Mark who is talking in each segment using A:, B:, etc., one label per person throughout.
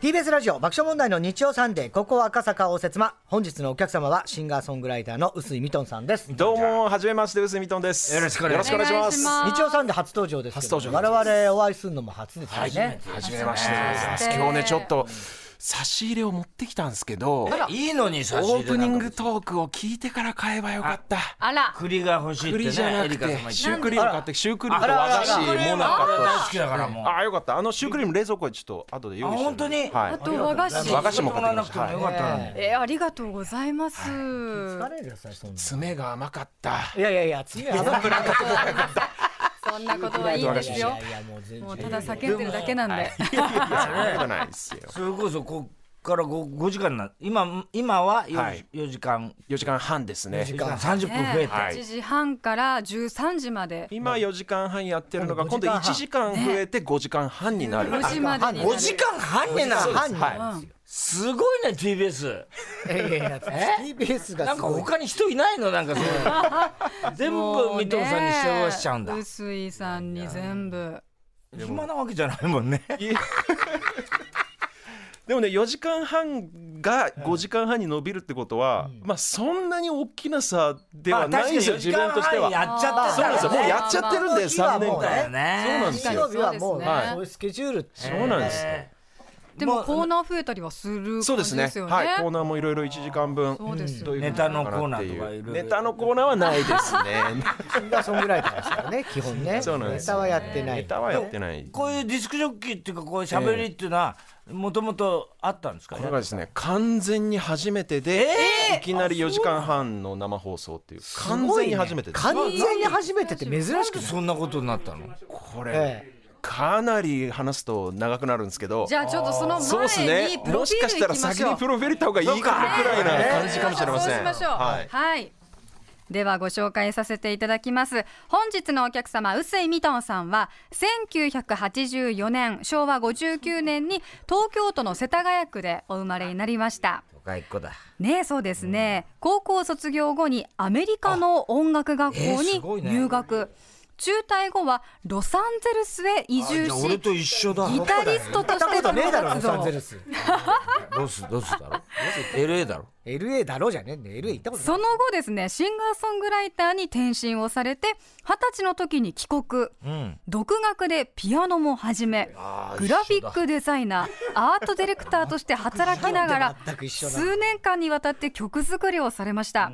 A: TBS ラジオ爆笑問題の日曜サンデーここ赤坂応接間本日のお客様はシンガーソングライターの臼井ミトンさんです
B: どうも、はじめまして、薄井みとんです。
C: よろしくお願いし
B: よろしくお願いしま
A: 日曜サンデー初登場ですけど
B: 初登場です
A: 我々お会いするのも初ですよね、
B: す。はじめましてです。今日ね、ちょっと差し入れを持ってきたんですけど、オ
C: いいのに差し入れ
B: ープニング
C: なんか
B: トークを聞いてから買えばよかった。
D: あら、
C: 栗が欲しいって
B: 栗じゃ
C: ね
B: な
C: エ
B: く、
C: リカ様言ってて
B: シュークリーム買って、シュークリームと和菓子、
C: あらら
B: も
C: ら
B: な
C: 大
B: か
C: 好きだからもう
B: と。ああ、よかった。あのシュークリーム冷蔵庫にちょっと後で用意してる。
C: あ本当に
B: は
D: あ
B: い。
D: と和菓子。
B: 和菓子も買ってきました
C: もらわなくてもよかったのに
D: えー、ありがとうございます。
A: 疲れるよ最初の
B: 爪が甘かった。
A: いやいやいや次は危ない
D: そんなことはいいんですよ
A: い。やいやもう全
D: もう
A: 然
D: ただ叫んでるだけなんで。
B: いやいや、そんなことないです よ。
C: それこそこっからご5時間な今今は 4,、
B: はい
C: 4時間
B: 4時間半ですね。
C: 30分増え
D: ね
C: た、
B: はい
D: 8時半から13時まで
B: 今4時間半やってるのが、
A: 今
B: 今
A: 度
B: 度
A: 5
B: 1
A: 時
B: 時間増えて5時間半になる。
D: 5時までに
C: 5時間半ねな
A: そうです
B: は
C: すごいね TBS
A: いやいやいや TBS が
C: なん
A: す
C: か
A: ごい
C: 他に人いないのなんかそういう の全部ミトンさんに背負わしちゃうんだ、
D: 薄井さんに全部
C: 暇なわけじゃないもんね
B: いえでもね4時間半が5時間半に伸びるってことは、まあそんなに大きな差ではないんですよ、自分として
C: ま
B: は。
C: あ確かに4時間半やっちゃ
B: そう
C: って
B: なんですよ、も
C: た
B: うやっちゃってる
C: らね
B: んで
A: まあま
B: 3年
A: あ
C: だ
B: 間。
C: よね
B: そうなんです
A: 日
B: よ
A: 曜日はもう、
D: そうですね
A: はいそういうスケジュールってい
B: そうなんですよ。
C: え
D: でもコーナー増えたりはする
B: そうで
D: 感
B: す
D: じで
B: ね
D: すよね
B: はい、コーナーもいろいろ1時間分。
D: そうですよ
B: どういう
D: ね
B: ふうに
C: ネタのコーナーとかいろいろ
B: ってうネタのコーナーはないで すね。
A: シンガーソングライターですからね基本ね
B: そうなんです
A: ネタはやってない
B: ネタはやってない。
C: こういうディスクジョッキーっていうかこういう喋りっていうのはもともとあったんですか
B: これがですね完全に初めてで、いきなり4時間半の生放送っていう完全に初めてです
A: 完全に初めてって珍し
C: なん
A: く
C: でそんなことになったの
B: これ、
A: え
B: かなり話すと長くなるんですけど
D: じゃあちょっとその
B: そうです
D: 前に
B: ね
D: プ
B: も
D: ロフ
B: し
D: ィ
B: か
D: ー
B: し
D: ル
B: た
D: 行
B: ら
D: きま
B: 先
D: しょ
B: に
D: う
B: プロフィール行った方がいいかもくらいな感じかもしれません、
D: そうしましょう。
B: は
D: はいい。ではご紹介させていただきます本日のお客様臼井ミトンさんは1984年昭和59年に東京都の世田谷区でお生まれになりました
C: 都会っ子だ
D: ねえそうですね、高校卒業後にアメリカの音楽学
C: あえー
D: 校
C: す
D: に
C: ごいね
D: 入学、中退後はロサンゼルスへ移住
C: じゃあ俺
D: し
C: と一緒だ
D: ギタリストとし
A: 行ってたことねえだろ
D: 活
A: ロ
D: 動
A: サンゼルス
C: ロスロスだろ LA だろ
A: LA だろじゃねえんだよ LA 行ったことない
D: その後ですねシンガーソングライターに転身をされて二十歳の時に帰国、
C: ん
D: 独学でピアノも始めグラフィックデザイナーアートディレクターとして働きながら
A: 全く 一緒だ
D: 数年間にわたって曲作りをされました、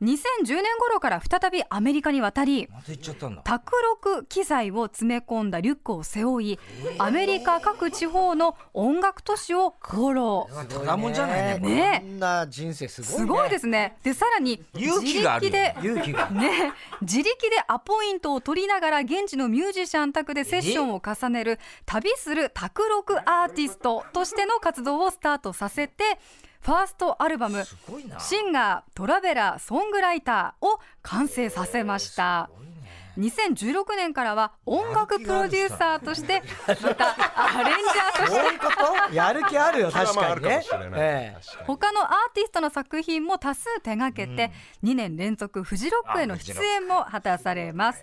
D: 2010年頃から再びアメリカに渡り
C: また行っちゃったんだ
D: 卓録機材を詰め込んだリュックを背負いアメリカ各地方の音楽都市を放浪
C: ただもんじゃないね
D: ね
A: こ
D: え
A: んな人生すごいね
D: すごいですね。でさらに
C: 勇気があるよ
D: 自力で
C: 勇気が
D: ね自力でアポイントを取りながら現地のミュージシャン宅でセッションを重ねる旅する宅録アーティストとしての活動をスタートさせてファーストアルバム
C: すごいな
D: シンガートラベラーソングライターを完成させました。2016年からは音楽プロデューサーとしてまたアレンジャーとして
A: どういうことやる気あるよ確
B: まあまあ
A: かに
B: あるか
A: ね
B: もしれない
A: ええ
D: 他のアーティストの作品も多数手掛けて、2年連続フジロックへの出演も果たされます。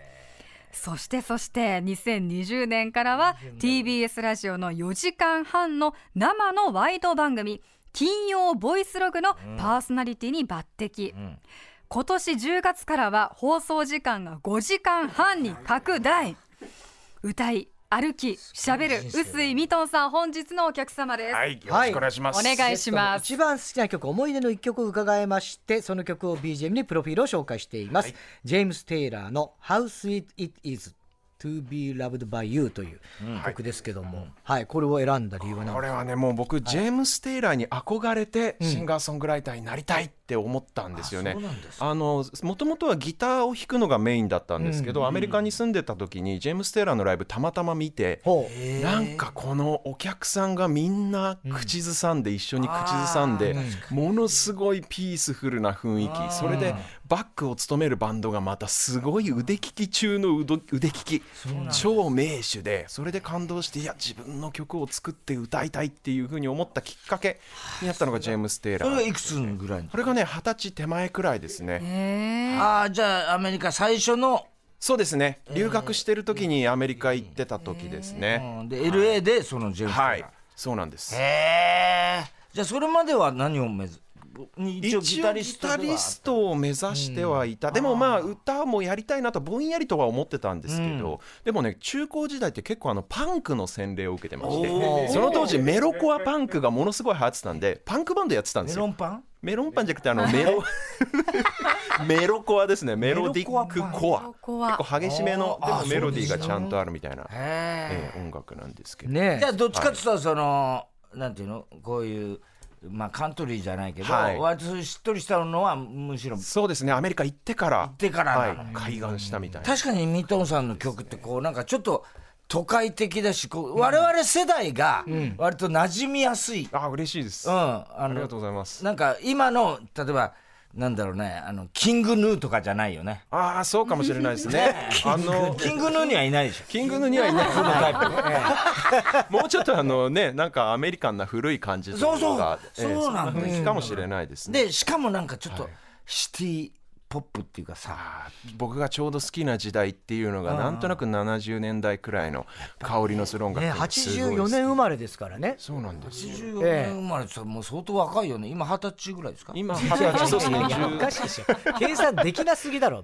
D: そしてそして2020年からは TBS ラジオの4時間半の生のワイド番組金曜ボイスログのパーソナリティに抜擢、今年10月からは放送時間が5時間半に拡大歌い歩きしゃべる臼井ミトンさん本日のお客様です、
B: はい、よろしくお願いします、
D: お願いします
A: 一番好きな曲思い出の一曲を伺いましてその曲を BGM にプロフィールを紹介しています、ジェームス・テイラーの「How Sweet It Is to Be Loved by You」という曲ですけども、はいこれを選んだ理由は何
B: これはねもう僕ジェームス・テイラーに憧れてシンガーソングライターになりたいって思ったんですよね。あのもともとはギターを弾くのがメインだったんですけど、アメリカに住んでた時にジェームス・テイラーのライブたまたま見て、
A: ほ
B: なんかこのお客さんがみんな口ずさんで、一緒に口ずさんでものすごいピースフルな雰囲気それでバックを務めるバンドがまたすごい腕利き中のうど腕利き超名手でそれで感動していや自分の曲を作って歌いたいっていうふうに思ったきっかけになったのがジェームス・テイラ
C: それ
B: ー
C: がいくつぐらいの
B: これがね二十歳手前くらいですね。
D: へー
C: ああじゃあアメリカ最初の、
B: そうですね留学してる時にアメリカ行ってた時ですね。
C: うんで LA でそのジェルス
B: はいそうなんです
C: へえじゃあそれまでは何を目ず一
B: 一
C: 応
B: 応
C: ギ
B: ギ
C: タ
B: タ
C: リ
B: リ
C: ス
B: ス
C: トでは
B: トを目指してはいた、でもまあ歌もやりたいなとぼんやりとは思ってたんですけど、でもね中高時代って結構あのパンクの洗礼を受けてまして
C: おー
B: その当時メロコアパンクがものすごい流行ってたんでパンクバンドやってたんで
C: メ
B: す
C: ロン
B: よ
C: パン
B: メロンパンじゃなくてあのメロ メロコアですねメロディックコ
D: メ
B: ア
D: ロコア
B: 結構激しめの
C: あー
B: で
C: あ
B: も
C: ー
B: メロディーがちゃんとあるみたいな、
C: へ
B: ええ音楽なんですけど、
A: ね
C: えじゃあどっちかっていうとそのなんていうのこういうまあカントリーじゃないけど
B: はい
C: 割としっとりしたのはむしろ
B: そうですねアメリカ行ってから行って
C: からなの
B: はい、開眼したみたいな
C: 確かにミトンさんの曲ってこうなんかちょっと都会的だしこう我々世代が割と馴染みやすい、うん
B: あ嬉しいです、あ
C: あ
B: りが
C: の
B: とうございます
C: なんか今の例えばなんだろうねあのキングヌーとかじゃないよね
B: ああそうかもしれないですね。あの
C: キングヌーにはいないでしょ
B: キングのにはいないそのタイプね。 もうちょっとあのねなんかアメリカンな古い感じというのが
C: そうそうそうなんです
B: ええそんな雰
C: よ
B: 囲気かもしれないですね。
C: でしかもなんかちょっとシティポップっていうかさ
B: あー僕がちょうど好きな時代っていうのがなんとなく70年代くらいの香りのする音楽
A: ね
B: がすごい好
A: 84
B: き
A: 年生まれですからね
B: そうなんですよ。
C: 84
A: ええ
C: 年生まれってさもう相当若いよね今二十歳ぐらいですか
B: 今二十歳そうですね。
A: いやおか
B: 10
A: しいでしょ計算できなすぎだろう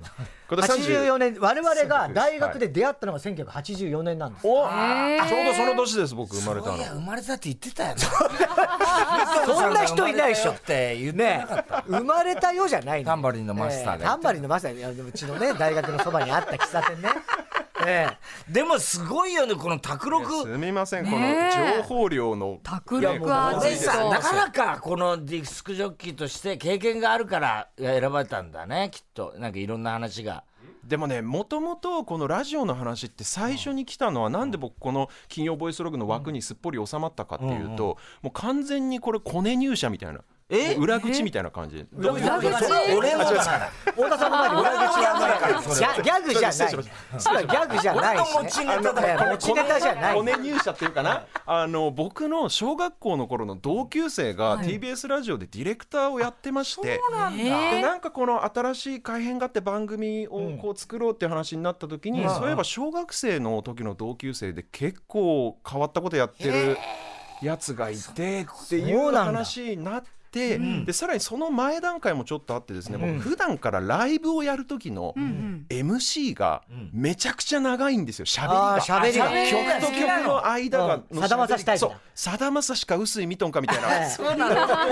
B: 今年30
A: 84年我々が大学で出会ったのが1984年なんです、
B: お
D: へー
B: ちょうどその年です僕生まれた
C: いや
B: の。
C: 生まれたって言ってたよね
A: そんな人いないでしょねえ
C: ミトンさんが生まれたよって言ってなかった
A: 生まれたよじゃないの
C: タンバリンのマスター
A: え
C: が
A: えタンバリンのマスターいやでもうちのね大学のそばにあった喫茶店ねえ
C: でもすごいよねこの卓
B: す
C: 録
B: みませんこ
D: ねえ
B: の情報量の
D: 卓
B: いやもう
D: 録アー
C: 俺
D: ティス
C: さ
D: ト
C: なかなかこのディスクジョッキーとして経験があるから選ばれたんだねきっとなんかいろんな話が
B: でもねもともとこのラジオの話って最初に来たのはなんで僕この「金曜ボイスログ」の枠にすっぽり収まったかっていうともう完全にこれコネ入社みたいな
C: え
B: 裏口みたいな感じ
C: どういうこと
D: 裏口
C: それは俺のだから
A: え太田さんの前で裏口はないから
C: そ
A: ギ
C: れ
A: ャギャグじゃない
B: 失礼し
A: それはギャグじゃないし、ね、
C: 俺の持ちネタだよ
A: ええ持ちネタじゃない
B: コネ入社っていうかなあの僕の小学校の頃の同級生が TBS ラジオでディレクターをやってまして、でなんかこの新しい改編があって番組をこう作ろうっていう話になった時に、そういえば小学生の時の同級生で結構変わったことやってるやつがいてってい
A: そうな
B: う
A: んだ
B: 話になって。でさらにその前段階もちょっとあってですね、僕普段からライブをやる時の MC がめちゃくちゃ長いんですよ喋り
A: あ
B: が
A: あ喋りが
C: 喋り
B: 曲と曲の間が
A: うん
B: の喋り
A: さだまさしタイプ
B: そうさだまさしか臼井ミトンかみたい な
A: そ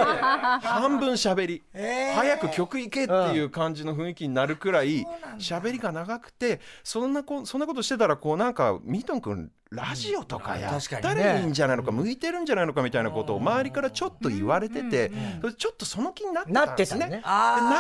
B: 半分喋り、早く曲いけっていう感じの雰囲気になるくらい喋りが長くてそんなこそんなことしてたらこうなんかミトン君ラジオとかや
C: うん
B: っ
C: 確か
B: た
C: に
B: らいいんじゃないのか、向いてるんじゃないのかみたいなことを周りからちょっと言われてて、それでちょっとその気になってたんです
A: な
B: ね。
A: ってたね
B: で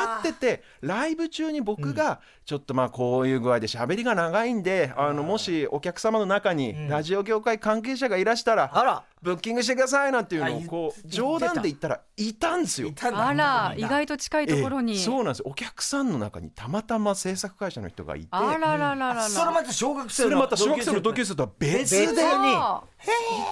B: なっててライブ中に僕がちょっとまあこういう具合で喋りが長いんで、あのもしお客様の中にラジオ業界関係者がいらしたら、
A: あら
B: ブッキングしてくださいなんていうの
C: あ
B: を
C: 言っ
B: こう冗談で言ったらいたんですよ。
D: あら意外と近いところに、
B: ええそうなんですよお客さんの中にたまたま制作会社の人がいて
D: あららららら
C: それまた小学
B: そ
C: 生
B: れ
C: の
B: また小学生の同級生とは別でい
A: 別に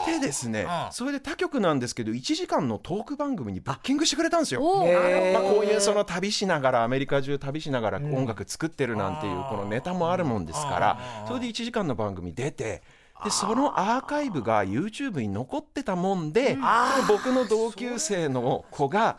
B: てですね
C: うん
B: それで他局なんですけど1時間のトーク番組にブッキングしてくれたんですよ。
D: おお、
A: え
B: まあ、こういうその旅しながらアメリカ中旅しながら音楽作ってるなんていうこのネタもあるもんですからそれで1時間の番組出て。でそのアーカイブが YouTube に残ってたもんで、僕の同級生の子が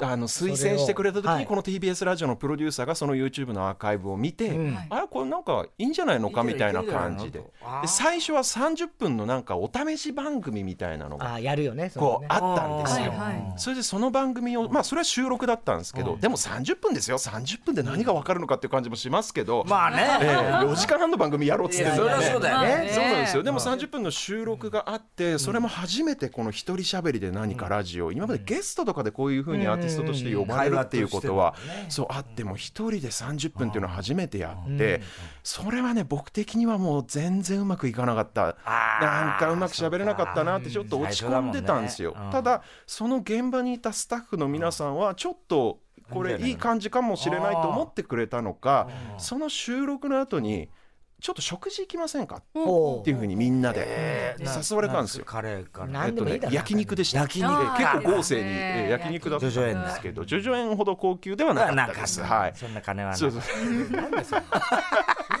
B: あの推薦してくれた
A: そ
B: 時
A: れをは
B: に
A: い
B: この TBS ラジオのプロデューサーがその YouTube のアーカイブを見て、
A: ん
B: あれこれなんかいいんじゃないのかみたいな感じでで最初は30分のなんかお試し番組みたいなのが
A: あやるよねそれ
B: こう
A: ね
B: あったんですよ。
D: はいはい
B: それでその番組をまあそれは収録だったんですけど、でも30分ですよ30分で何が分かるのかっていう感じもしますけど、
C: まあ
B: ええ
C: ね
B: 4時間半の番組やろうっつっ
C: い
B: て
C: や
B: ん
C: そ
B: で
C: りゃそうだよね
D: まあね
B: そうなんですよでも30分の収録があってそれも初めてこの一人しゃべりで何かラジオ今までゲストとかでこういうふうにアーティストとして呼ばれるっていうことはそうあっても一人で30分っていうのは初めてやってそれはね僕的にはもう全然うまくいかなかった
C: あー
B: なんかうまくしゃべれなかったなってちょっと落ち込んでたんですよ
C: うん
B: ただその現場にいたスタッフの皆さんはちょっとこれいい感じかもしれないと思ってくれたのかその収録の後にちょっと食事行きませんか
A: ほ
B: っていうふうにみんなで誘われたんですよ。
C: カレーか
A: う
C: ら。
A: なんでもいいだろう
B: 焼肉でした
C: 焼肉
B: ええ
D: か
B: 結構豪勢に、
D: ね
B: ええ焼肉だったん
C: 叙々苑
B: ですけど叙々苑ほど高級ではなかったですはい
C: そんな金はな
B: そ
C: か
B: う
C: っ
B: そ
C: た
B: う
A: い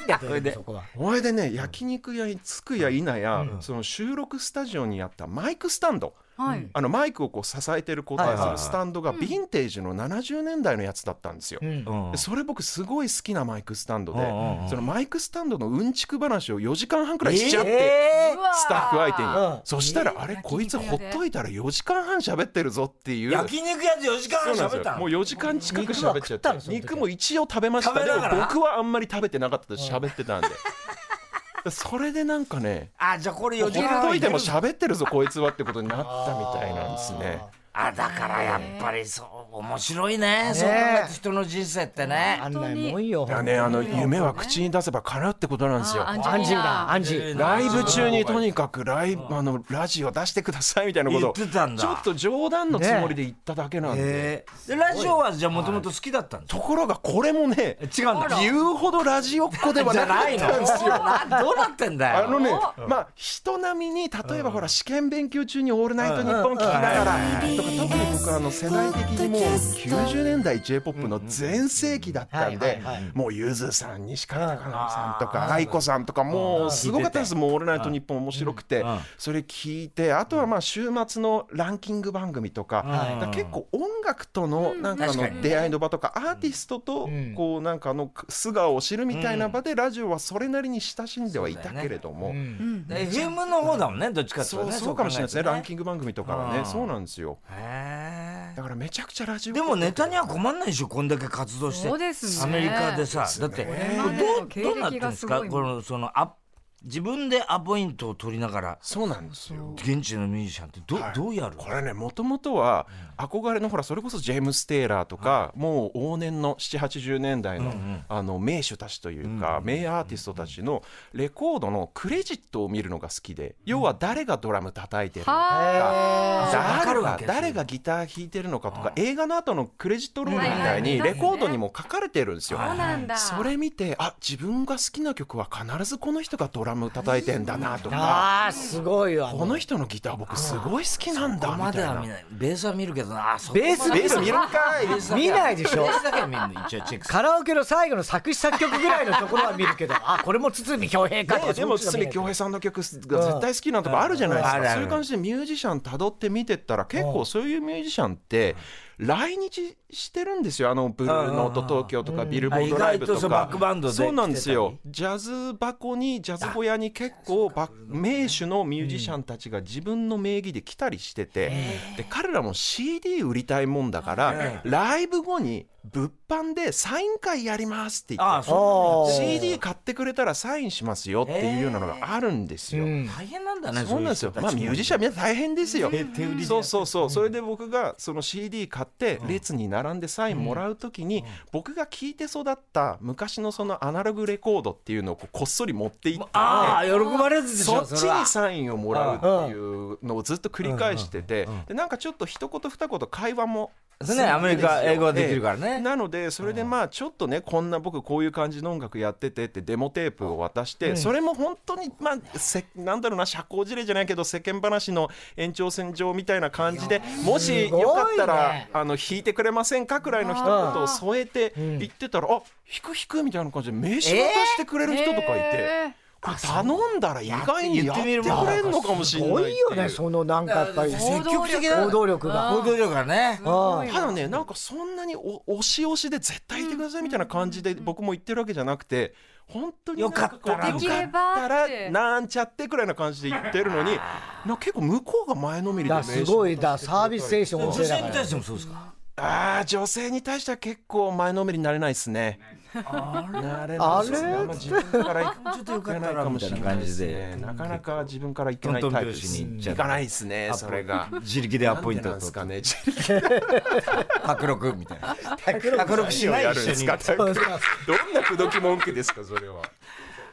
A: いんだよでもそこは
B: それでね焼肉屋に着くや否や、その収録スタジオにあったマイクスタンド、
D: はい。
B: あのマイクをこう支えてる固
A: はい
B: 定
A: はいは
B: する
A: い
B: スタンドがヴィンテージの70年代のやつだったんですよ。
A: うん
C: うん
B: でそれ僕すごい好きなマイクスタンドで
C: うんうんうん
B: そのマイクスタンドのうんちく話を4時間半くらいしちゃって、
C: え
D: うわ
B: スタッフ相手に、
A: うん
B: そしたらあれ
D: えー
B: こいつほっといたら4時間半喋ってるぞっていう
C: ー焼肉屋で4時間
B: そうなんで
C: 半
B: す
C: 喋った
B: よも
C: の
B: う4時間近く喋っちゃ
A: 肉
B: っ
A: は食ったの
B: て
A: その時は
B: 肉も一応食べました
C: 食べ
B: で
C: な
B: も
C: がら
B: 僕はあんまり食べてなかったです喋ってたんでそれでなんかね
C: あ、じゃあこれ
B: ほ
C: 4
B: っ
C: 時間半
B: といても喋ってるぞこいつはってことになったみたいなんですね
C: あ、だからやっぱりそう、面白いね。
A: え
C: そう考えると人の人生ってね
A: あ。んないもんよ
B: いやねあの夢は口に出せば叶うってことなんですよ
D: あアンジェ
A: アン
D: リー
A: ジュだ
D: ナ
A: アンジュ
B: ライブ中にとにかくライブあのラジオ出してくださいみたいなことをち
C: 言ってたんだ
B: ょっと冗談のつもりで言っただけなんで、
C: えーで、ラジオはじゃあもともと好きだったんで
B: ところがこれもね
C: す違うんだ。
B: 言うほどラジオっ子では
C: じゃ
B: なかっ
C: ないの
B: たんですよ
C: な どうなってんだ
B: あ
C: よ。
B: のね、まあ人並みに例えばほら試験勉強中に「オールナイトニッポン」聞きながらとか特に僕あの世代的にもう90年代 j p o p の全盛期だったん
A: はい
B: で
A: はいはい
B: もうゆずさん西川貴教さんとか愛子さんとかもうすごかったですもう「オールナイトニッポン」面白くてそれ聞いてあとはまあ週末のランキング番組とかだから結構音楽とのなんかあの出会いの場とかアーティストと
A: ん
B: こうなんかあの素顔を知るみたいな場でラジオはそれなりに親しんではいたけれども。
C: で FM の方だもんね、どっちかってい
B: そうう
C: とね。
B: そうかもしれないですね、ランキ
C: ン
B: ング番組とかはね、
C: うん
B: そうなんですよ。
C: グ。へー
B: だからめちゃくちゃラジオ
C: でもネタには困んないでしょ、こんだけ活動して。
D: そうです
C: ア
D: ね
C: メリカでさ、だって、
D: 経
C: どうなって
D: 歴
C: んで
D: が
C: す
D: す
C: か
D: ごい
C: この、その、あ自分でアポイントを取りながら、
B: そうなんですよ。
C: 現地のミュージシャンってど,、
B: はい
C: どうやる
B: これねもともとは憧れのほらそれこそジェームス・テイラーとか、もう往年の780年代の,、あの名手たちというか、名アーティストたちのレコードのクレジットを見るのが好きで要は誰がドラム叩いてるのか
D: は
C: そうわか
B: 誰
C: るわ
B: が
C: け
B: 誰がギター弾いてるのかとか映画の後のクレジットロールみたいに
D: はいはい
B: レコードにも書かれてるんですよ。
D: そうなんだ
B: それ見てあ自分が好きな曲は必ずこの人がドラム叩いてんだなとか
A: あーすごいよ
B: この人のギター僕すごい好きなん
C: こ
B: だ
C: こま
B: み
C: で
B: たい
C: は
B: な
C: 見。ないベースは見るけどなあそこ
A: ベース
B: ベース見るかい
A: 見ないでしょ
C: ベースだけは見るの一応チェックする
A: カラオケの最後の作詞作曲ぐらいのところは見るけどあこれも堤恭平かと
B: ね
A: か
B: でも
A: そっちが見
B: 堤
A: ない
B: 恭平さんの曲が絶対好きなとかあるじゃないです
C: うんある
B: か
C: ある
B: そういう感じでミュージシャンたどって見てったら結構そういうミュージシャンって来日してるんですよあのブルーノート東京とかビルボードライブと
C: あ意外とそうバッ
B: か
C: クバンドで来て
B: そ
C: たり
B: うなんですよジャズ箱にジャズ小屋に結構バック名手のミュージシャンたちが自分の名義で来たりしててで彼らも CD 売りたいもんだからライブ後に物販でサイン会やりますって言って
C: あそ
B: CD 買ってくれたらサインしますよっていうようなのがあるんですよ。
C: う大変なんだね
B: そうなんですよ。まあミュージシャンみんな大変ですよ。そうそうそう。それで僕がその CD 買って列に並んでサインもらうときに僕が聞いて育った昔のそのアナログレコードっていうのをこうこっそり持っていって
C: ああ喜ばれるでし
B: そ
C: ょ
B: っち
C: れは
B: にサインをもらうっていうのをずっと繰り返しててでなんかちょっと一言二言会話も
C: それねアメリカ英語はできるから
B: ええ
C: ね
B: なのでそれでまあちょっとねこんな僕こういう感じの音楽やっててってデモテープを渡してそれも本当にまあせなんだろうな社交辞令じゃないけど世間話の延長線上みたいな感じでもしよかった
A: すごい
B: ら
A: ね
B: あの弾いてくれませんかくらいの一言を添えて言ってたらあ弾く弾くみたいな感じで名刺渡してくれる人とかいて。これ頼んだら意外にやってくれるのかも
A: す
B: しれない
A: ご
B: って
A: いよ
B: い
A: ね
B: う
A: そのなんかやっぱり
C: 積極的だ
A: 行動力が
C: 行動力がね
A: あ
B: ただねなんかそんなにお押し押しで絶対いてくださいみたいな感じで僕も言ってるわけじゃなくて本当になんこう
C: よかったら
B: よかったらなんちゃってくらいな感じで言ってる のになんか結構向こうが前のめりで
A: だ
B: 名
A: す
B: 刺
A: ごいだサービス精神旺
C: 女
A: 盛だ
C: 性
A: か
C: に
A: ら
C: 対してもそうですか
B: ああ女性に対しては結構前のめりになれないですねなれないですね
A: あれ
B: んま自分から行
C: ちょっとよ
B: か
C: かった
B: ない
C: ら
B: かも
C: みた
B: し
C: い
B: れ
C: な
B: ない
C: 感
B: で
C: じ
B: す
C: で
B: ねなかなか自分から行けないタイプです
C: トントン拍子に行っちゃう
B: 行かないですねそれが
C: 自力でアポイント
B: なん
C: を
B: です
C: 取
B: か
C: っ
B: ね
C: て 迫力みたいな
A: 160
C: 迫力しない
B: や
C: 一
B: るん
C: 緒
B: で
C: に
B: すかどんな口説き文句ですかそれは。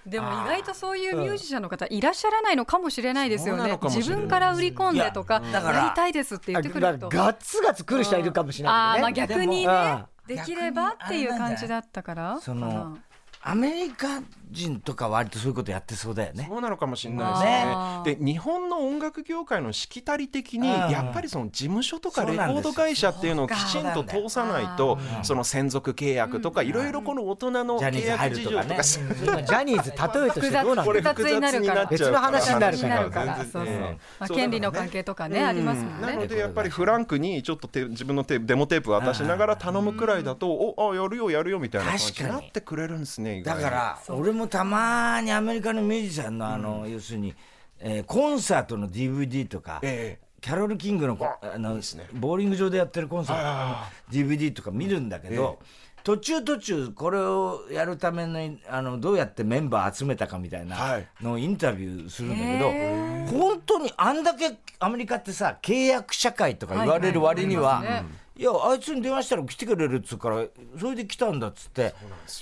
D: でも意外とそういうミュージシャンの方いらっしゃらないのかもしれないです
B: そ
D: よ
B: うな
D: ね
B: のかもしれ
D: 自
B: ない
D: 分から売り込んでとか
C: いやだから
D: やりたいですって言ってくれ
A: だ
D: ると
A: ガッツガツ来る人はいるかもしれ
D: あ
A: な
D: あ
A: い
D: まあ
A: けどね
D: 逆に
A: でも
D: ね
A: あ
D: できればっていう感じだったから
C: その
D: うん
C: アメリカ人とか割とそういうことやってそうだよね。
B: そうなのかもしれないですね。で日本の音楽業界のしきたり的に
C: うん
B: やっぱりその事務所とか
C: そ
B: レ
C: う
B: コ
C: なんですよ
B: ード会社っていうのをきちんと通さないと
C: うん
B: その専属契約とかいろいろこの大人の
C: ジャニ
B: 契
C: ーズ入
B: 約
C: る
B: 事
C: と
B: 情
C: か
B: と
C: ね
B: かす
A: 今ジャニーズ例えとしてどうなん
B: これ
A: だ
B: 複雑になっちゃう
A: 別の話になる
D: に
A: か
D: な
A: ら
D: るから、
B: 全
D: そうそう
B: 然ね、
D: まあ、
B: そう
D: 権利の関係とかね、ありますもん
B: な
D: ね。
B: のでやっぱりフランクにちょっとテ自分のテープデモテープ渡しながら頼むくらいだとおあやるよやるよみたいな感じ
C: 確か
B: に
C: に
B: なってくれるんですね意
C: だ
B: 外に
C: から俺もたまにアメリカのミュージシャンのあの、要するに、えーコンサートの DVD とか、
B: ええ
C: キャロル・キングのこあのボーリング場でやってるコンサートの DVD とか見るんだけど、途中途中これをやるためにあのどうやってメンバー集めたかみたい
B: は
C: ないのをインタビューするんだけど、
D: へー
C: 本当にあんだけアメリカってさ契約社会とか言われる割には。
D: はいはい
C: いやあいつに電話したら来てくれるっつうからそれで来たんだっつって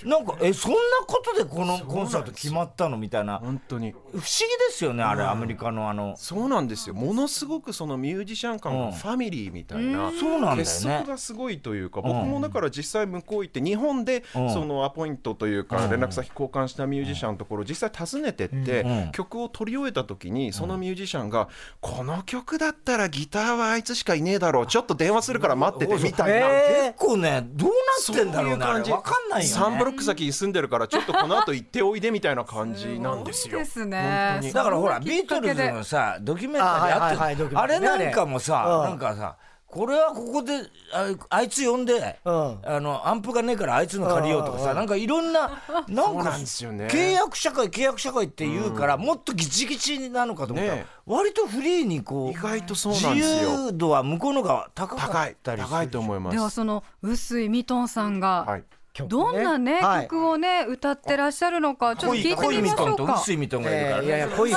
C: なんかえそんなことでこのコンサート決まったのみたいな不思
B: 本当に
C: 議ですよねあれアメリカのあの
B: そうなんですよものすごくそのミュージシャン感
C: うん
B: がファミリーみたいな、
C: そうなんだよ
B: 結束
C: ね
B: がすごいというか、僕もだから実際向こう行って日本で
C: うん
B: そのアポイントというか連絡先交換したミュージシャンのところ実際訪ねてって
C: うん
B: 曲を取り終えた時にそのミュージシャンが「この曲だったらギターはあいつしかいねえだろうちょっと電話するから待ってて」みたいな。
A: え
C: 結構ねどうなってんだろうねあれ
B: そういう
C: わかんない
B: 3ブ
C: よ
B: ロ
C: ね
B: ック先に住んでるからちょっとこの後行っておいでみたいな感じなんですよ。
D: すね
B: 本当に
C: だからほら
D: そんなき
C: ビ
D: っ
C: ート
D: か
C: ル
D: け
C: ズ
D: で
C: のさドキュメンタリーあ
A: あはいはい
C: っ
A: ド
C: て
A: キュメン
C: あ
A: タリ
C: れ
A: ーね
C: なんかもさ
A: うん
C: なんかさこれはここでああいつ呼んで
A: うん
C: あのアンプがねえからあいつの借りようとか
A: うんうん
C: さ
A: うん
C: なんかいろんななん
B: そう
C: か
B: なんですよね
C: 契約社会契約社会って言うからもっとギチギチなのかと思ったら
B: ねえ
C: 割とフリーにこ
B: 意
C: う
B: 外とそう
C: 自
B: なんですよ。
C: 由度は向こうのが高か
B: 高
C: っ
B: い
C: たりする
B: 高いと思いま
D: では
B: す。
D: その臼井ミトンさんが、
B: はい
A: 曲ね
D: どんなね、
A: はい
D: 曲をね歌ってらっしゃるのかちょっと聞いて
C: 恋
D: み
C: ミ
D: まし
C: ト
D: ょ
C: ン
D: う
C: と
D: か。
C: 薄いミトンがいるから
A: えー
C: ね
A: いやいや濃い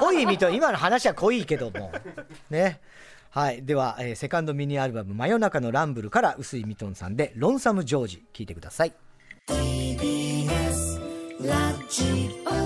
A: 濃いみと今の話は濃いけどもねはいでは、えーセカンドミニアルバム「真夜中のランブル」から臼井ミトンさんで「ロンサムジョージ」聴いてください
E: TBS ラジオ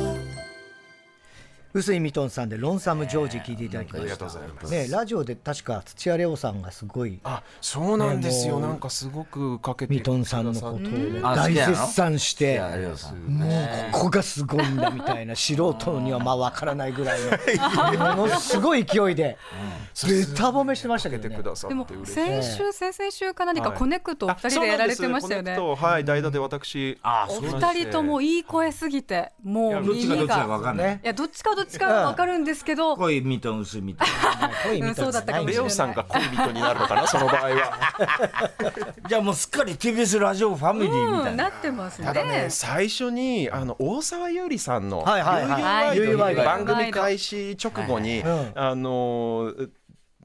A: 臼井ミトンさんで「ロンサムジョージ」聴いていただきました、
B: ありがとうございます。
A: ね、ラジオで確か土屋レオさんがすごい
B: あそうなんですよ、
A: ねもう
B: なんかすごくかけて
A: ミトンさんのことを
C: あ好
A: 大
C: きなの
A: 絶賛して
C: ありがとうございます
A: もうここがすごいんだみたいな素人にはまあ分からないぐらいのものすごい勢いでべた褒めしてましたけど
B: て
A: ね
B: くださっ
D: でも
B: て嬉しい
D: 先週先々週か何か
B: はい
D: コネクトお二人でやられてましたよね。
B: そうなんですコネクトはい代打で私あ
D: お二人ともいい声すぎてもう
C: どっちがど
D: 耳
C: っちだか
D: が
C: 分かんない
A: ね
D: いやどっちかどっちかは分かるんですけど
C: 濃いミトン薄いミトン
A: 濃いミトンじゃな
D: う
A: い
D: ん
A: で
B: レ
A: す
D: そうだったかも
B: オさんが恋人になるのかなその場合は
C: じゃあもうすっかり TBS ラジオファミリーみた
D: う
C: い
D: ん
C: な、
D: なってますね
B: ただね最初にあの大沢優里さんの
A: はいはいはい
B: 「悠々ワイド」
A: はい
B: 番組開始直後に
A: はいうん
B: あのー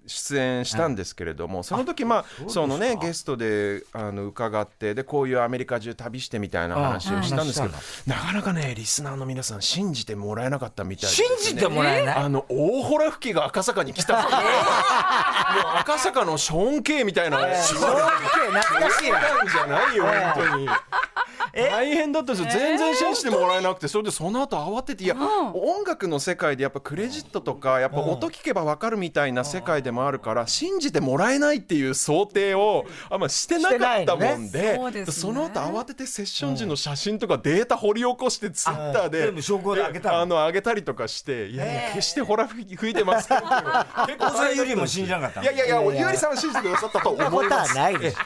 B: 出演したんですけれども、その時まあそのねゲストであの伺ってでこういうアメリカ中旅してみたいな話をしたんですけど、なかなかねリスナーの皆さん信じてもらえなかったみたいです
C: 信
B: ね
C: じてもらえない、
B: あの大洞吹きが赤坂に来 たぞ、もう赤坂のショーン・ケイみたいな、ショー
A: 懐
B: ン・
A: かしいな
B: ケイじゃないよ、本当に。大変だったんですよ、全然信じてもらえなくて、それでその後慌てて、いや、音楽の世界でやっぱクレジットとか、やっぱ音聞けば分かるみたいな世界でもあるから、信じてもらえないっていう想定を、あんましてなかったもん
A: し
D: な
B: で、
D: いのねそうですね
B: その後慌ててセッション時の写真とかデータ掘り起こして、ツイッターで、
C: 全部証拠で開けた
B: あ
C: の
B: の上げたりとかして、いやいや、決してほら吹いてますけど、結
C: 大
B: 大
C: 沢
B: 変だったんです
C: よりも信じなかったの
B: いやいやいや、おゆうりさんは信じてくださったと
A: そんなこ
B: 思い
A: と
B: ま
A: は
B: す。
A: ないでしょ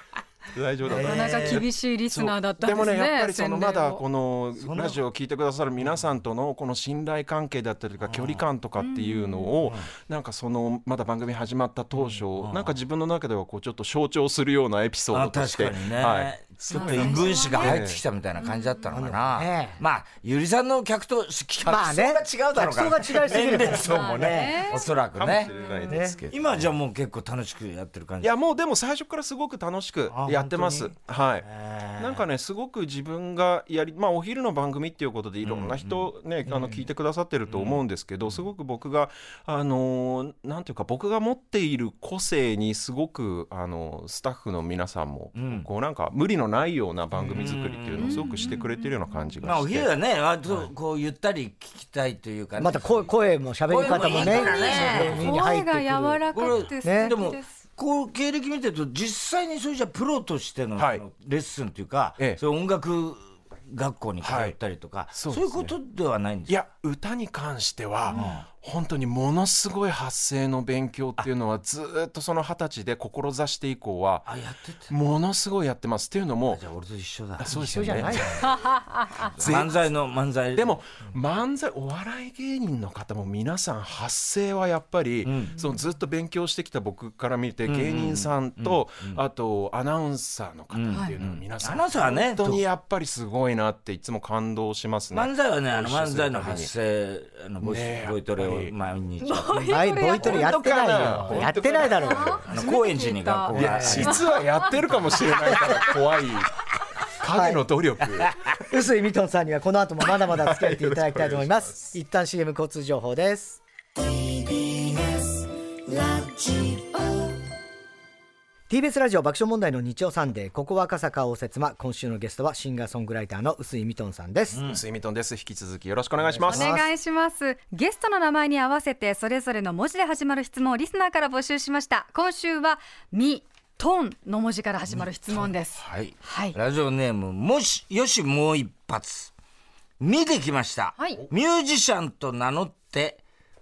B: 大丈夫だと思い
D: な
B: ます
D: かなか厳しいリスナーだったん
B: で
D: です
B: も
D: ね。
B: ねやっぱりそのまだこ
D: の
B: のラジオを聞いてくださる皆さんとのこの信頼関係だったりとか距離感とかっていうのをなんかそのまだ番組始まった当初なんか自分の中ではこうちょっと象徴するようなエピソード
C: あ
B: と
C: 確
B: し
C: か
B: て
C: にね、
B: はい
C: ちょっと異分子が入ってきたみたいな感じだったのかな、
A: うんね
C: まあゆりさんの客と客
A: ま
C: 層が
A: あ
C: 違う
A: ね
C: だろうから、
A: 客層が違いすぎる
C: 年齢層もね
D: まあね
C: おそらく
B: かもし
C: ね
B: れないですけど。
C: 今じゃあもう結構楽しくやってる感
B: い
C: じ
B: やもうでも最初からすごく楽しくやってますはいなんかねすごく自分がやりまあお昼の番組っていうことでいろんな人ねあの聞いてくださってると思うんですけどすごく僕があのーなんていうか僕が持っている個性にすごくあのースタッフの皆さんもこうなんか無理のないような番組作りっていうのをすごくしてくれてるような感じが
C: まあお
B: し
C: 昼
B: て
C: はね割とこうゆったり聞きたいというか、ね、
A: また声声も喋り方もね
C: 声もいいからね
A: 耳に入
D: 声
A: ってく
D: が
A: る
D: 柔ら
C: これ
D: かくて素
A: ね
C: で
D: 敵
C: も
D: です。
C: こう経歴見てると実際にそれじゃプロとしての
B: はい
C: そのレッスンというか、
B: ええ
C: そういう音楽学校に通ったりとか、
B: そう
C: そう
B: ですね
C: いうことではないんです
B: いや歌に関しては、本当にものすごい発声の勉強っていうのはずーっとその二十歳で志して以降は
C: あやってた
B: ものすごいやってますっていうのも
C: じゃあ俺と一緒だ
B: あそうで
A: 一緒
B: すよ
A: じゃない
B: ね
A: の
C: 漫才の漫才
B: でも漫才お笑い芸人の方も皆さん発声はやっぱり、そのずっと勉強してきた僕から見て芸人さんと、あとアナウンサーの方っていうのは皆さ
C: ア
B: ん
C: ナウンサーはね
B: 本当にやっぱりすごいなっていつも感動しますね。
C: 漫才はねあの
B: ご一緒
C: 漫
B: する
C: 才の発声あのボイス
B: ねえ
C: ボイトレ
B: やっぱ
C: を
B: り
C: 毎日
A: はい、ボイトレやってない
B: 本当か
A: よ。
B: な
A: やってないだろうよ。
C: あの高円寺に学校
B: いや
C: が
B: 実はやってるかもしれないから怖 い影の努力、
A: 臼井ミトンさんにはこの後もまだまだ付き合っていただきたいと思います。一旦 CM 交通情報です。
E: TBS ラジオ
A: TBS ラジオ爆笑問題の日曜サンデー、ここは赤坂応接間、今週のゲストはシンガーソングライターの臼井ミトンさんです。
B: スイミトンです引き続きよろしくお願いします
D: お願いしますゲストの名前に合わせてそれぞれの文字で始まる質問をリスナーから募集しました今週はみトンの文字から始まる質問です
C: はい、
D: はい
C: ラジオネームもしよしもう一発見てきました、
D: はい
C: ミュージシャンと名乗って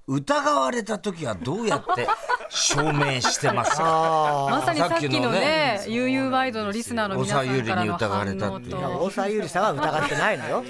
C: 疑われた時はどうやって証明してますか
D: まさにさっきのね
C: さっきのね
D: 悠々ワイドのリスナーの皆さんからの
C: 小沢ゆりに疑
D: 反
C: われたっ
D: 応
C: ていう
D: と
A: 大沢ゆりさんは疑ってないのよ。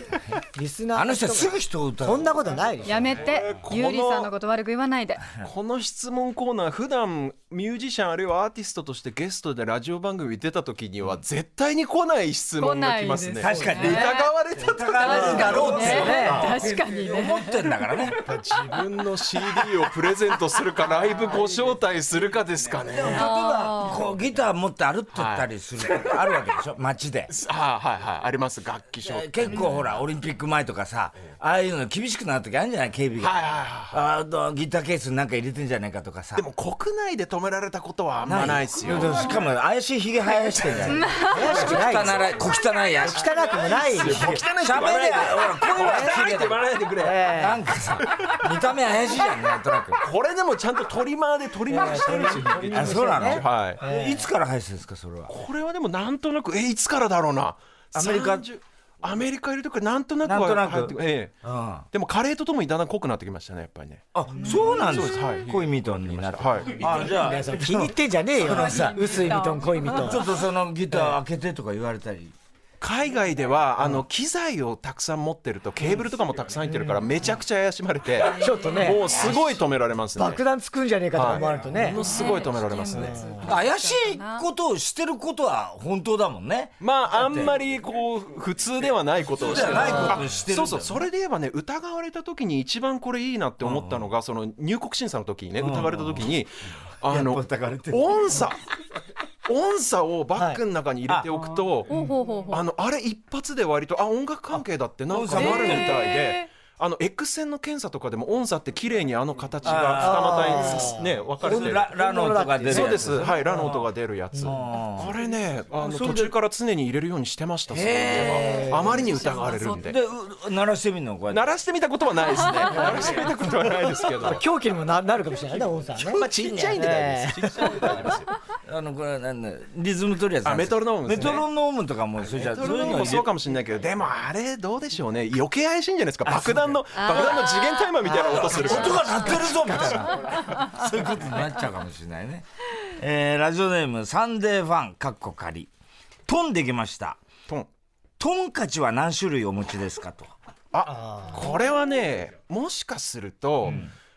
A: リスナー
C: あの人は
A: が
C: すぐ人を疑
A: そん
C: う
A: なことないでしょ。
D: やめて、
B: この
D: ゆりさんのこと悪く言わないで。
B: この質問コーナー普段ミュージシャンあるいはアーティストとしてゲストでラジオ番組出た時には絶対に来ない質問が来ますね
D: 来ないです
C: 確かに
B: で疑われた時
C: 疑われるだろうっていうね
D: 確かにね。
C: 思ってんだからね
B: 自分の CD をプレゼントするかライブご招待するかですかね
C: 例えばこうギター持って歩ってったりすることあるわけでしょ街で
B: ああはいはいあります楽器ショー
C: えー結構ほらオリンピック前とかさああいうの厳しくなる時あるんじゃない警備が、
B: はいはいは
C: あのギターケースになんか入れてんじゃないかとかさ
B: でも国内で止められたことはあんまないですよ
C: でもしかも怪しいひげ生やしてんじゃん
A: 怪しくないよ。
C: 汚い小汚いやつ
A: 汚くもないよ。
C: 喋りゃほら声は綺麗だ
B: ないでくれ
A: え
C: なんかさ見た目怪しいじゃんなんとなく
B: これでもちゃんとトリマーでトリマーしてるし、
C: あそうなの、
B: はい、
C: いつから生やしてるんですかそれは
B: これはでもなんとなくえいつからだろうな
C: アメリカ
B: 30アメリカいるとからなんとなくは
C: なんとなく
B: 入ってええ
C: あ
B: でもカレーとともにだんだん濃くなってきましたねやっぱりね
C: あそうなんで
B: そう
C: す
B: ですはい
C: 恋ミトンになって
B: はい
C: あじゃあ
A: え気に入ってんじゃねえよ。薄いミトン、濃いミトン
C: ち。ょっとそのギター開けてとか言われたり
B: 海外ではあの機材をたくさん持ってるとケーブルとかもたくさん入ってるからめちゃくちゃ怪しまれて
A: ちょっとね
B: もうすごい止められますね
A: 爆弾つくんじゃねえかとか思われるとね
B: もの。すごい止められますね
C: 怪しいことをしてることは本当だもんね
B: まああんまりこう普通ではないことをして
C: じゃ
B: る
C: ないことをして
B: そ
C: るんだよ
B: うそうそれで言えばね疑われた時に一番これいいなって思ったのが、その入国審査の時にね疑われた時に、あの
C: やっぱ疑われてる
B: 音叉音叉をバッグの中に入れておくと、
D: ほうほうほうほう。
B: あのあれ一発で割とあ音楽関係だってなんか
C: 音叉
B: なるみたいで。
D: へー
B: あの X 線の検査とかでも音叉って綺麗にあの形が二股にね分かれてる
C: ララノンとか出るやつ
B: そうですはいラの音が出るやつこれねあの途中から常に入れるようにしてましたそういうのがあまりに疑われるんで
C: でう鳴らしてみるのこうやって
B: 鳴らしてみたことはない ですね鳴らしてみたことはないですけど
A: 狂気にもななるかもしれないね、音さんね。
B: まあちっちゃいんで大丈夫ですちっちゃいんで大丈夫ですよ
C: あのこれなんだリズム取るやつなんです
B: あメトロノームで
C: メ
B: すね
C: トロノームとかもそれじゃ
B: それ
C: い
B: で
C: の
B: も
C: 入れ
B: そうかもしれないけどでもあれどうでしょうね余計怪しいんじゃないですか爆弾の爆弾の次元タイマーみたいな音するから
C: 音が鳴ってるぞみたいな そういうことになっちゃうかもしれないね、えーラジオネームサンデーファンかっこ仮飛んできました
B: トン
C: トンカチは何種類お持ちですかと
B: あこれはねもしかすると、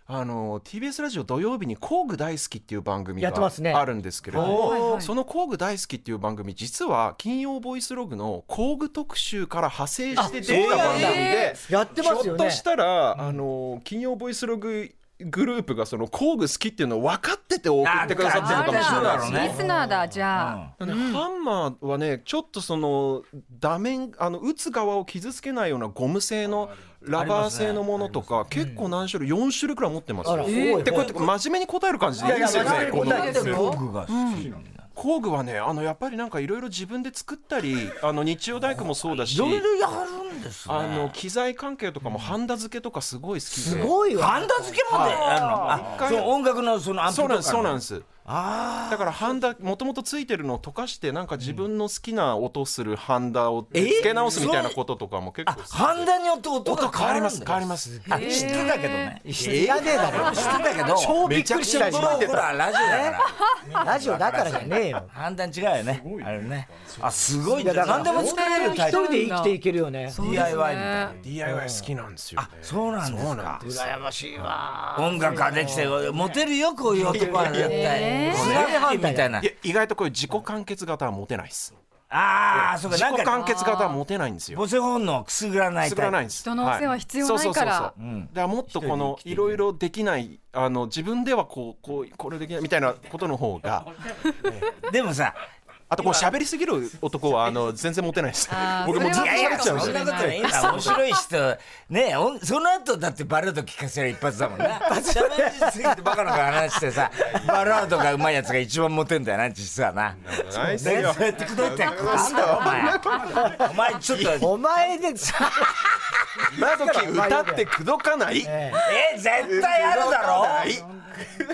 B: あの TBS ラジオ土曜日に工具大好きっていう番組
A: やってますね
B: があるんですけれども、
D: はいはい
B: その工具大好きっていう番組実は金曜ボイスログの工具特集から派生して出た番組で、
A: やってます
B: ひょ
A: よ
B: っ
A: ね
B: と。したら、あの金曜ボイスロググループがその工具好きっていうのを分かってて送ってくださってるのかもしれないですね。
D: リスナーだ、じゃあ。
B: だからねハンマーはねちょっとその打面あの打つ側を傷つけないようなゴム製のラバー製のものとか、結構何種類4種類くらい持ってます
A: あら、
B: よ
A: す。ごい
B: で。こうやって真面目に答える感じでいいですよ
A: いやい
B: ね。
A: や
B: こ
A: 真面目に答え
B: の
A: てるよ
C: 工具が好きなんだ
B: 工具はねあのやっぱりなんかいろいろ自分で作ったりあの日曜大工もそうだ
C: い
B: し。
C: ろいろやるんですね
B: あの機材関係とかもハンダ付けとかすごい好きで。
A: すごいわ。
C: ハンダ付けまでやるのあ
B: 回
C: その音楽のそのアンプ
B: そ
C: と
B: う
C: か
B: なん
C: の
B: ですそうなんです。
C: あ
B: だからハンダもともとついてるのを溶かしてなんか自分の好きな音するハンダを
C: え
B: 付け直すみたいなこととかも結構好き
C: あ判断によって音が変わるんだ
B: 変わります
C: あ知ってたけどね知
A: 知らねえだろ
C: 知ってたけど
A: 超びっくりした
B: めちゃくちゃ
A: し
B: びっくり
C: 僕らはラジオだから
A: ラジオだからじゃねえよ
C: 判断違うよねあれねあすごい
A: いやだから
C: 何でも作れるタ
A: 一
C: イプ
A: 人で生きていけるよね
D: そうです
C: DIY みたいな
D: ね
B: DIY 好きなんですよね
C: そうなんですか
A: 羨ましいわ
C: 音楽ができてモテるよこういう男は絶対スラッキーみたいない
B: や意外とこういう自己完結型は持てないです
C: ああそうか
B: 自
C: なん
B: 己完
C: か
B: 結型は持てないんですよ
C: 母性本能くすぐらない
B: 作らないいんです
D: 人のお世話必要ないから
B: はいそうそうそうそうだからもっとこのいろいろできないあの自分ではこうこうこれできないみたいなことの方が
C: でもさ
B: あとこう喋りすぎる男はあ の全然モテないです
D: あー
B: 僕もうずっと
D: そ
C: い
D: れ
C: やい
B: 喋っ
C: や
B: ちゃう
C: そ
B: し
C: んなことないんだ面白い人ねおんその後だってバラード聞かせる一発だもんな喋りすぎてバカな話してさバラードがうまいやつが一番モテんだよな実はな
B: ないっす
C: ね
B: よ
C: そうやって口説いてなんだよお前お前ちょっと
A: お前でさ
B: 今時歌って口説かない
C: え絶対あるだろ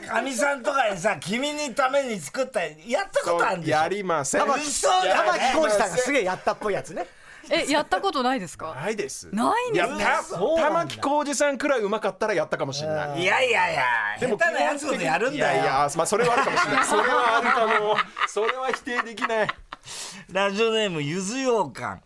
C: かみさんとかにさ君にために作ったやったことあるんでしょ
B: やりません
C: 嘘だ
A: 玉
C: よ
A: 置
C: ね
A: 浩二さんがすげえやったっぽいやつね
D: えやったことないですか
B: ないです
D: ないん
B: い
D: で
B: や
D: すね
B: た
A: そうなんだ
B: 玉置浩二さんくらいうまかったらやったかもしれない
C: いやいやいや下手なやつほどやるん
B: いや
C: だ
B: い
C: よ
B: やまあそれはあるかもしれないそれはあるかもそれは否定できない
C: ラジオネームゆずようかん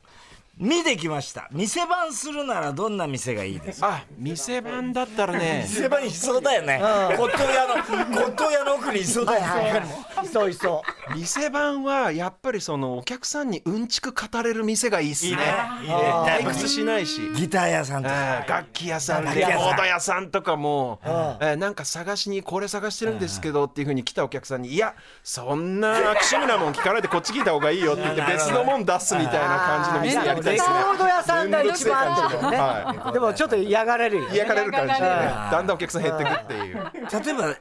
C: 見てきました店番するならどんな店がいいですか
B: あ店番だったらね
C: 店番いそうだよね骨董屋の骨董屋の奥にいそうだよね
A: いそういそ
B: 店番はやっぱりそのお客さんにうんちく語れる店がいいっすね
C: いいね
B: 退屈しないし
C: ギター屋さんと
B: ああ
C: か
B: 楽器屋さん
C: 楽器
B: レ
C: 屋
B: コ
C: さん
B: ード屋さんとかも、えーなんか探しにこれ探してるんですけどっていうふうに来たお客さんに「いやそんな悪趣味なもん聞かないでこっち聞いた方がいいよ」って言って別のもん出すみたいな感じの
A: う
B: 店やりたい
A: レ
B: で
A: コ
B: すね
A: ード屋さんが一番あるんだよ
B: は
A: ねでもちょっと嫌がられるよ
B: 癒やかれる感じでね
D: 嫌がら
B: だんだんお客さん減ってくっていう
C: 例えば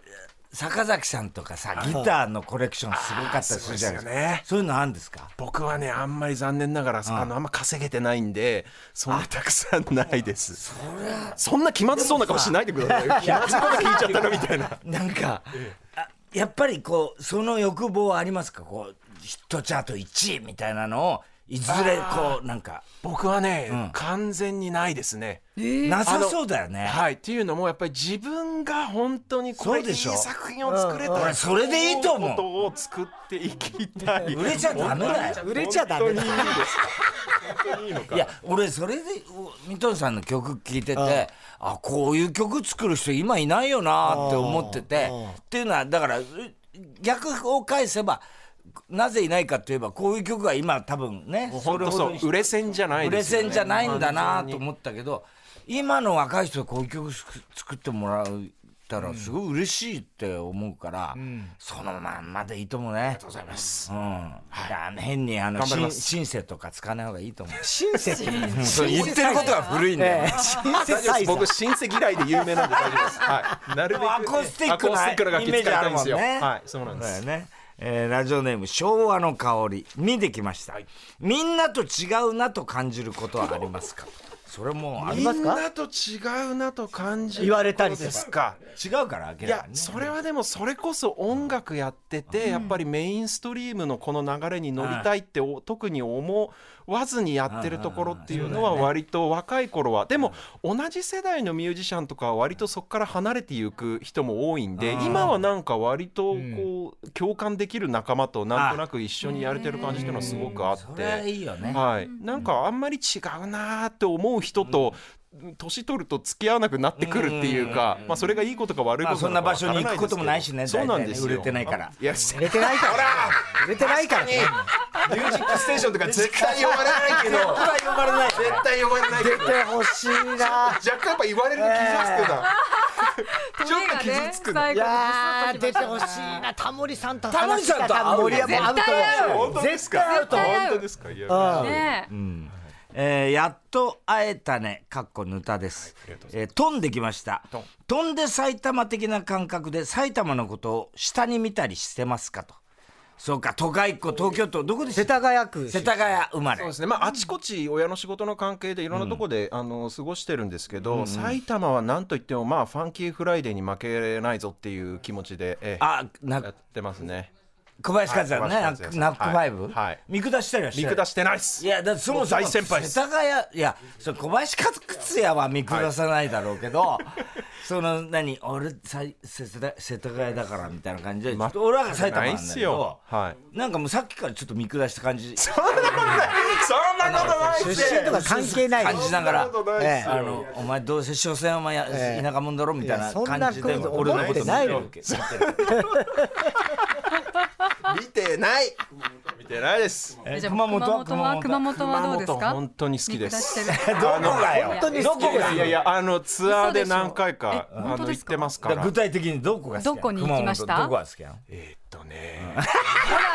C: 坂崎さんとかさギターのコレクションすごかったりするじゃないです
B: あー
C: か
B: すごいですよね
C: そういうのあるんですか
B: 僕はねあんまり残念ながらあのあんま稼げてないんでそんなたくさんないですそんな気まずそうな顔しないでくださいよ気まずいこと聞いちゃったのみたい な
C: なんか、あやっぱりこう、その欲望はありますかこう、ヒットチャート1位みたいなのを、いずれこう、なんか、
B: 僕はね、完全にないですね
C: なさそうだよね。
B: はい、っていうのもやっぱり自分が本当にこれ
C: そう
B: い
C: で
B: い
C: しょ
B: 作品を作れた
C: うんう
B: ら
C: んそれでいいと思う
B: ことを作っていきたい
C: 売れちゃダメだよ。
A: 売れちゃダメだ
B: 本当にいいです本当にいいのか
C: いや、俺、それで、おミトンさんの曲聴いてて、あ、こういう曲作る人今いないよなって思ってて、っていうのは、だから、う逆を返せば、なぜいないかといえば、こういう曲が今多分ね、
B: 本当そう売れ線じゃない
C: 売れ
B: ですよね
C: 線じゃないんだなと思ったけど今の若い人はこういう曲作ってもらうたらすごい嬉しいって思うから、そのまんまでいいと思うねありがとうございます、うんいや変にあの
B: 頑張り
C: シ
B: ま
C: ン
B: す
C: シンセとか使わない方がいいと思う
A: 親切
C: そう言ってることが古いんだよ、
A: ええ親切
B: 大丈夫で
A: サ
B: す
A: イ
B: 僕親戚嫌いで有名なんで大丈夫です。はい。なるべく
C: アコースティック
B: アコスティックな
C: な
B: 楽
C: イ
B: 器
C: メ
B: 使い
C: ージあ
B: た
C: る
B: いんで
C: もん
B: す
C: ね
B: よ。はい、そうなんで
C: だよ
B: す。
C: ね、えーラジオネーム昭和の香り見てきました、みんなと違うなと感じることはありますかそれもある
A: りますか
B: みんなと違うなと感じる
A: 言われたりとか
B: ですか。
C: 違うから明
B: い
C: ら
B: や
C: かにね
B: それはでもそれこそ音楽やっててやっぱりメインストリームのこの流れに乗りたいってお特に思わずにやってるところっていうのは割と若い頃はでも同じ世代のミュージシャンとかは割とそこから離れていく人も多いんで今はなんか割とこう共感できる仲間となんとなく一緒にやれてる感じっていうのはすごくあっ
C: それはい
B: て。
C: いよね、
B: はい、なんかあんまり違うなーって思う人と年取ると付き合わなくなってくるっていうか、まあ、それがいいことか悪いこ
C: まあ、
B: とか
C: そんな場所に行くこともないしね、
B: そうなんですよ
C: 大体ね売れてないから。
B: いやス
A: 売れてないから売れてないからね
B: テーションとか絶対呼ばれないけど
C: 絶対呼ばれ ない。
B: 絶対呼ばれないけど
A: 出てほしいな
B: 若干やっぱ言われると傷つくな、ちょっと傷つくの
D: 最
A: い
D: 後に
A: やー
D: ぐ
A: 出
D: ってと
A: ほしいなタモリさんと
C: タモリさんと会うよ
A: 森山も
D: 絶対会
A: 会
D: う
A: うと絶対会うと
D: 絶対会う
B: 本当ですかいや
D: きましたね
C: えーやっと会えたね、かっこぬたです。えー飛んできました。飛んで埼玉的な感覚で埼玉のことを下に見たりしてますかと。そうか、都会っ子、東京都、どこでし
A: 世
C: た
A: 田谷区
C: 世田谷生まれ
B: そう。ですね、まあ、あちこち親の仕事の関係でいろんなとこで、あの過ごしてるんですけど、埼玉はなんといっても、まあ、ファンキーフライデーに負けないぞっていう気持ちで、ええ
C: あ、な
B: やってますね
C: 小林和也
B: は
C: ね、
B: い
C: ナ
B: 小
C: ック
B: 林
C: ナ
B: 和也さん
C: ックファイブ、
B: はいはい
C: 見下したりはして
B: 見
C: ない
B: 下してないっす
C: いや、だってそもそも
B: もう大先輩です
C: 世田谷、いや、それ小林克也は見下さないだろうけど、その、何、俺さ世世田、世田谷だからみたいな感じで、ちょっと俺は埼玉な
B: ないっ
C: んだけ
B: す
C: ど
B: よ、はい
C: なんかもうさっきからちょっと見下した感じ、
B: そんなことないそんなことないっ
A: 出
B: す
A: 身とか関係ない
C: 感じながら、
B: そんなことないっすよ
C: あの、お前どうせ所詮お前や、
A: ええ
C: 田舎者だろみたい
A: い
C: な
A: やそんな
C: 感じで、
A: こと
C: 俺のこ
A: 思
C: と
A: ってないよ
C: 見てるわけ
B: 見てない見てないです
C: え
D: じゃあ
C: 熊本は
D: 熊本は熊本はどうです
B: 熊
D: か
B: 本本当に好きです
D: 見下し てる
C: どこがよ
D: 本当に
C: どこ
B: い
C: が
B: やいやいやあのツアーで何回か
D: 嘘でしょえ本
B: あ
D: 当
B: の
D: で
B: 行っ
D: すか
B: てますか
C: だから
B: ら
C: 具体的にどこが好きなの
D: どこに行きました
C: 熊本どこが好きなの
B: えーっとね
D: ほら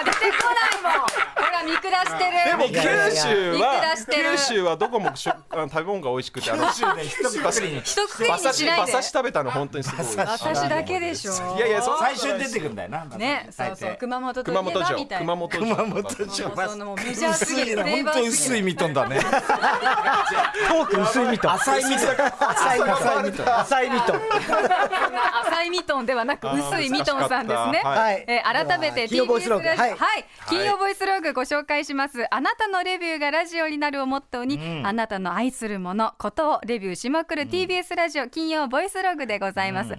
D: 出てこないもんほら見下してる
B: でも九州
D: 見
B: は
D: 下してる
B: 九州はどこも食あの食べ物が美味しくてあの
C: 九州で一括りに
D: 一括り
B: 馬
D: に
B: 刺
D: し
B: し
D: ない
B: 馬
D: で
B: 刺し食べたの本当にすごい美味しい
D: 私だけでしょ
B: いやいやそんな
C: 最
B: こと
C: 初
B: ない
C: に
B: で
C: 出
B: す
C: てくんだよな
D: ねそうそう熊本といえ
B: 熊本
D: ば
B: 城
D: みたいな
B: 熊本城
C: 熊本城
D: もうそのもうメジャーすぎ る定
C: 本
D: 番
C: 当
D: す
C: 薄
D: ぎ
C: い
D: る
C: ミトンだね
A: トーク薄いミトン
C: 浅いミトン
A: 浅いミトン浅いミトン
D: 浅いミトンではなく
B: あー
D: 薄いミトンさんですね
B: 難しかったはい
A: はい
D: えー改めて
A: 金曜ボイス
D: TBS
A: ログ
D: ラジオ
A: は
D: はいい金曜ボイスログご紹介しますあなたのレビューがラジオになるをモットーにあなたの愛するものことをレビューしまくる TBS ラジオ金曜ボイスログでございます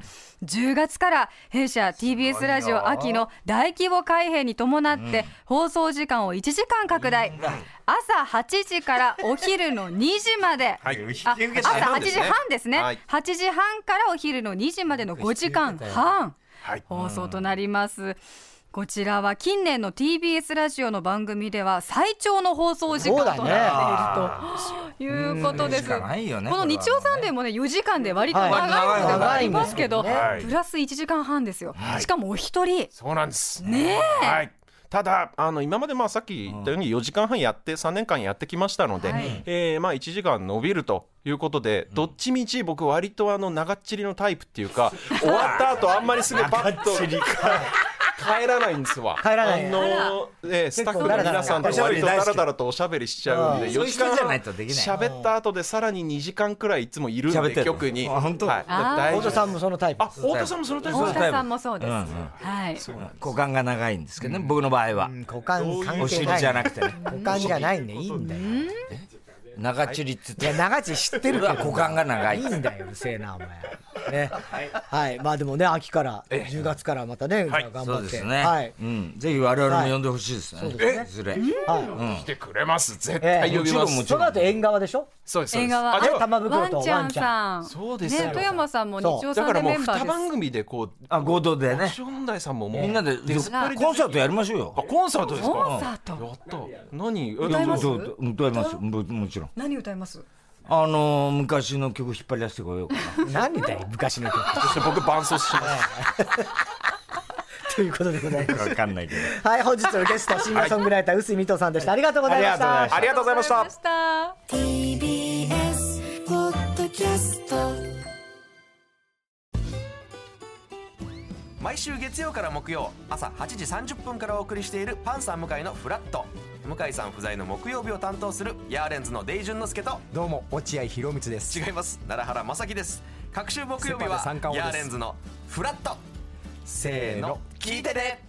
D: 10月から弊社 TBS ラジオ秋の大規模改編に伴って放送時間を1時間拡大朝8時からお昼の2時まで
B: はい
C: 引き
D: あ朝
C: 受けた
D: 8時半ですね、
B: はい
D: 8時半からお昼の2時までの5時間半
B: はい
D: 放送となります、こちらは近年の TBS ラジオの番組では最長の放送時間
A: そ
D: と
A: うだね
D: なっているということです。
C: しかないよね
D: この日曜サンデーもね4時間で割と長い
C: はい
D: のではありますけど、
A: 長いん
B: ですけどねはい
D: プラス1時間半ですよ、しかもお一人
B: そうなんですねはいただあの今までまあさっき言ったように4時間半やって3年間やってきましたので、
D: はい
B: えーまあ1時間伸びるということで、どっちみち僕割とあの長っちりのタイプっていうか終わった後あんまりすぐパッと帰らないんですわ
A: 帰らない
B: あの、えースタッフの皆さんと割とダラダラとおしゃべりしちゃうんで
C: そういう
B: 4時間
C: 人じゃな
B: 半
C: いとできない
B: 喋った後でさらに2時間くらいいつもいるん
C: 喋っ
B: で
C: てる
B: 局に
C: あ本当
B: はい、
D: あ
B: 大
D: ー
A: 太
B: 丈夫
A: 田さんもそのタイプ
B: あ太田さんもそのタイプ
D: 大
B: なんですか
D: 田さんもそうです、
C: うんうん
D: はい
C: 股間が長いんですけどね僕の場合は
A: うん股間
C: お
A: 関係
C: 尻
A: ない
C: じゃなくてね
A: 股間じゃないねいいんだよ
C: 長ちりっつ
A: い
C: って
A: や長地知ってるけど
C: うわ股間が長い
A: いいんだようるせえなお前ねはいまあでもね秋から10月からまたね頑張って
C: そうですね
A: はい
C: うんぜひ我々も呼んでほしいですねえずれ
A: はい
B: 来てくれます絶
A: え
B: 対
A: え
B: 呼びます、
C: もちろんもち
A: そ
C: ろん
A: の後縁側でしょ
B: そうですそう
D: 映
B: です
D: 画は
B: あじゃあ
A: 玉袋と
D: ワンちゃんさん
B: そうですよ
D: ね、富山さんも日曜
B: だ
D: サン
B: か
D: デ
B: ら
D: ー
B: もう
D: メンバーで
B: 2
D: す
B: 番組でこう
C: あ合同でね
B: 爆笑問題さんももう
C: みんなでコンサートやりましょうよ
B: あコンサートですか
D: コンサート
B: やった何
D: 歌います
B: え
C: どうぞ歌いますももちろん
D: 何歌います
C: あのー昔の曲引っ張り出してこようかな
A: 何だよ昔の曲
B: そして僕伴奏します
A: ということでございます
C: わかんないけど
A: はい本日のゲストシンガーソングライター臼井美人さんで したありがとうございまし
B: あ
A: た
B: りがとうございました
E: TBS ポッドキャスト
F: 毎週月曜から木曜朝8時30分からお送りしているパンサー向井のフラット向井さん不在の木曜日を担当するヤーレンズのデイジュンの之介と
G: どうも落合博満です
F: 違います奈良原正樹です各週木曜日は
G: セパで三冠王
F: ヤ
G: で
F: ー
G: す
F: レンズのフラットせーの聞いてね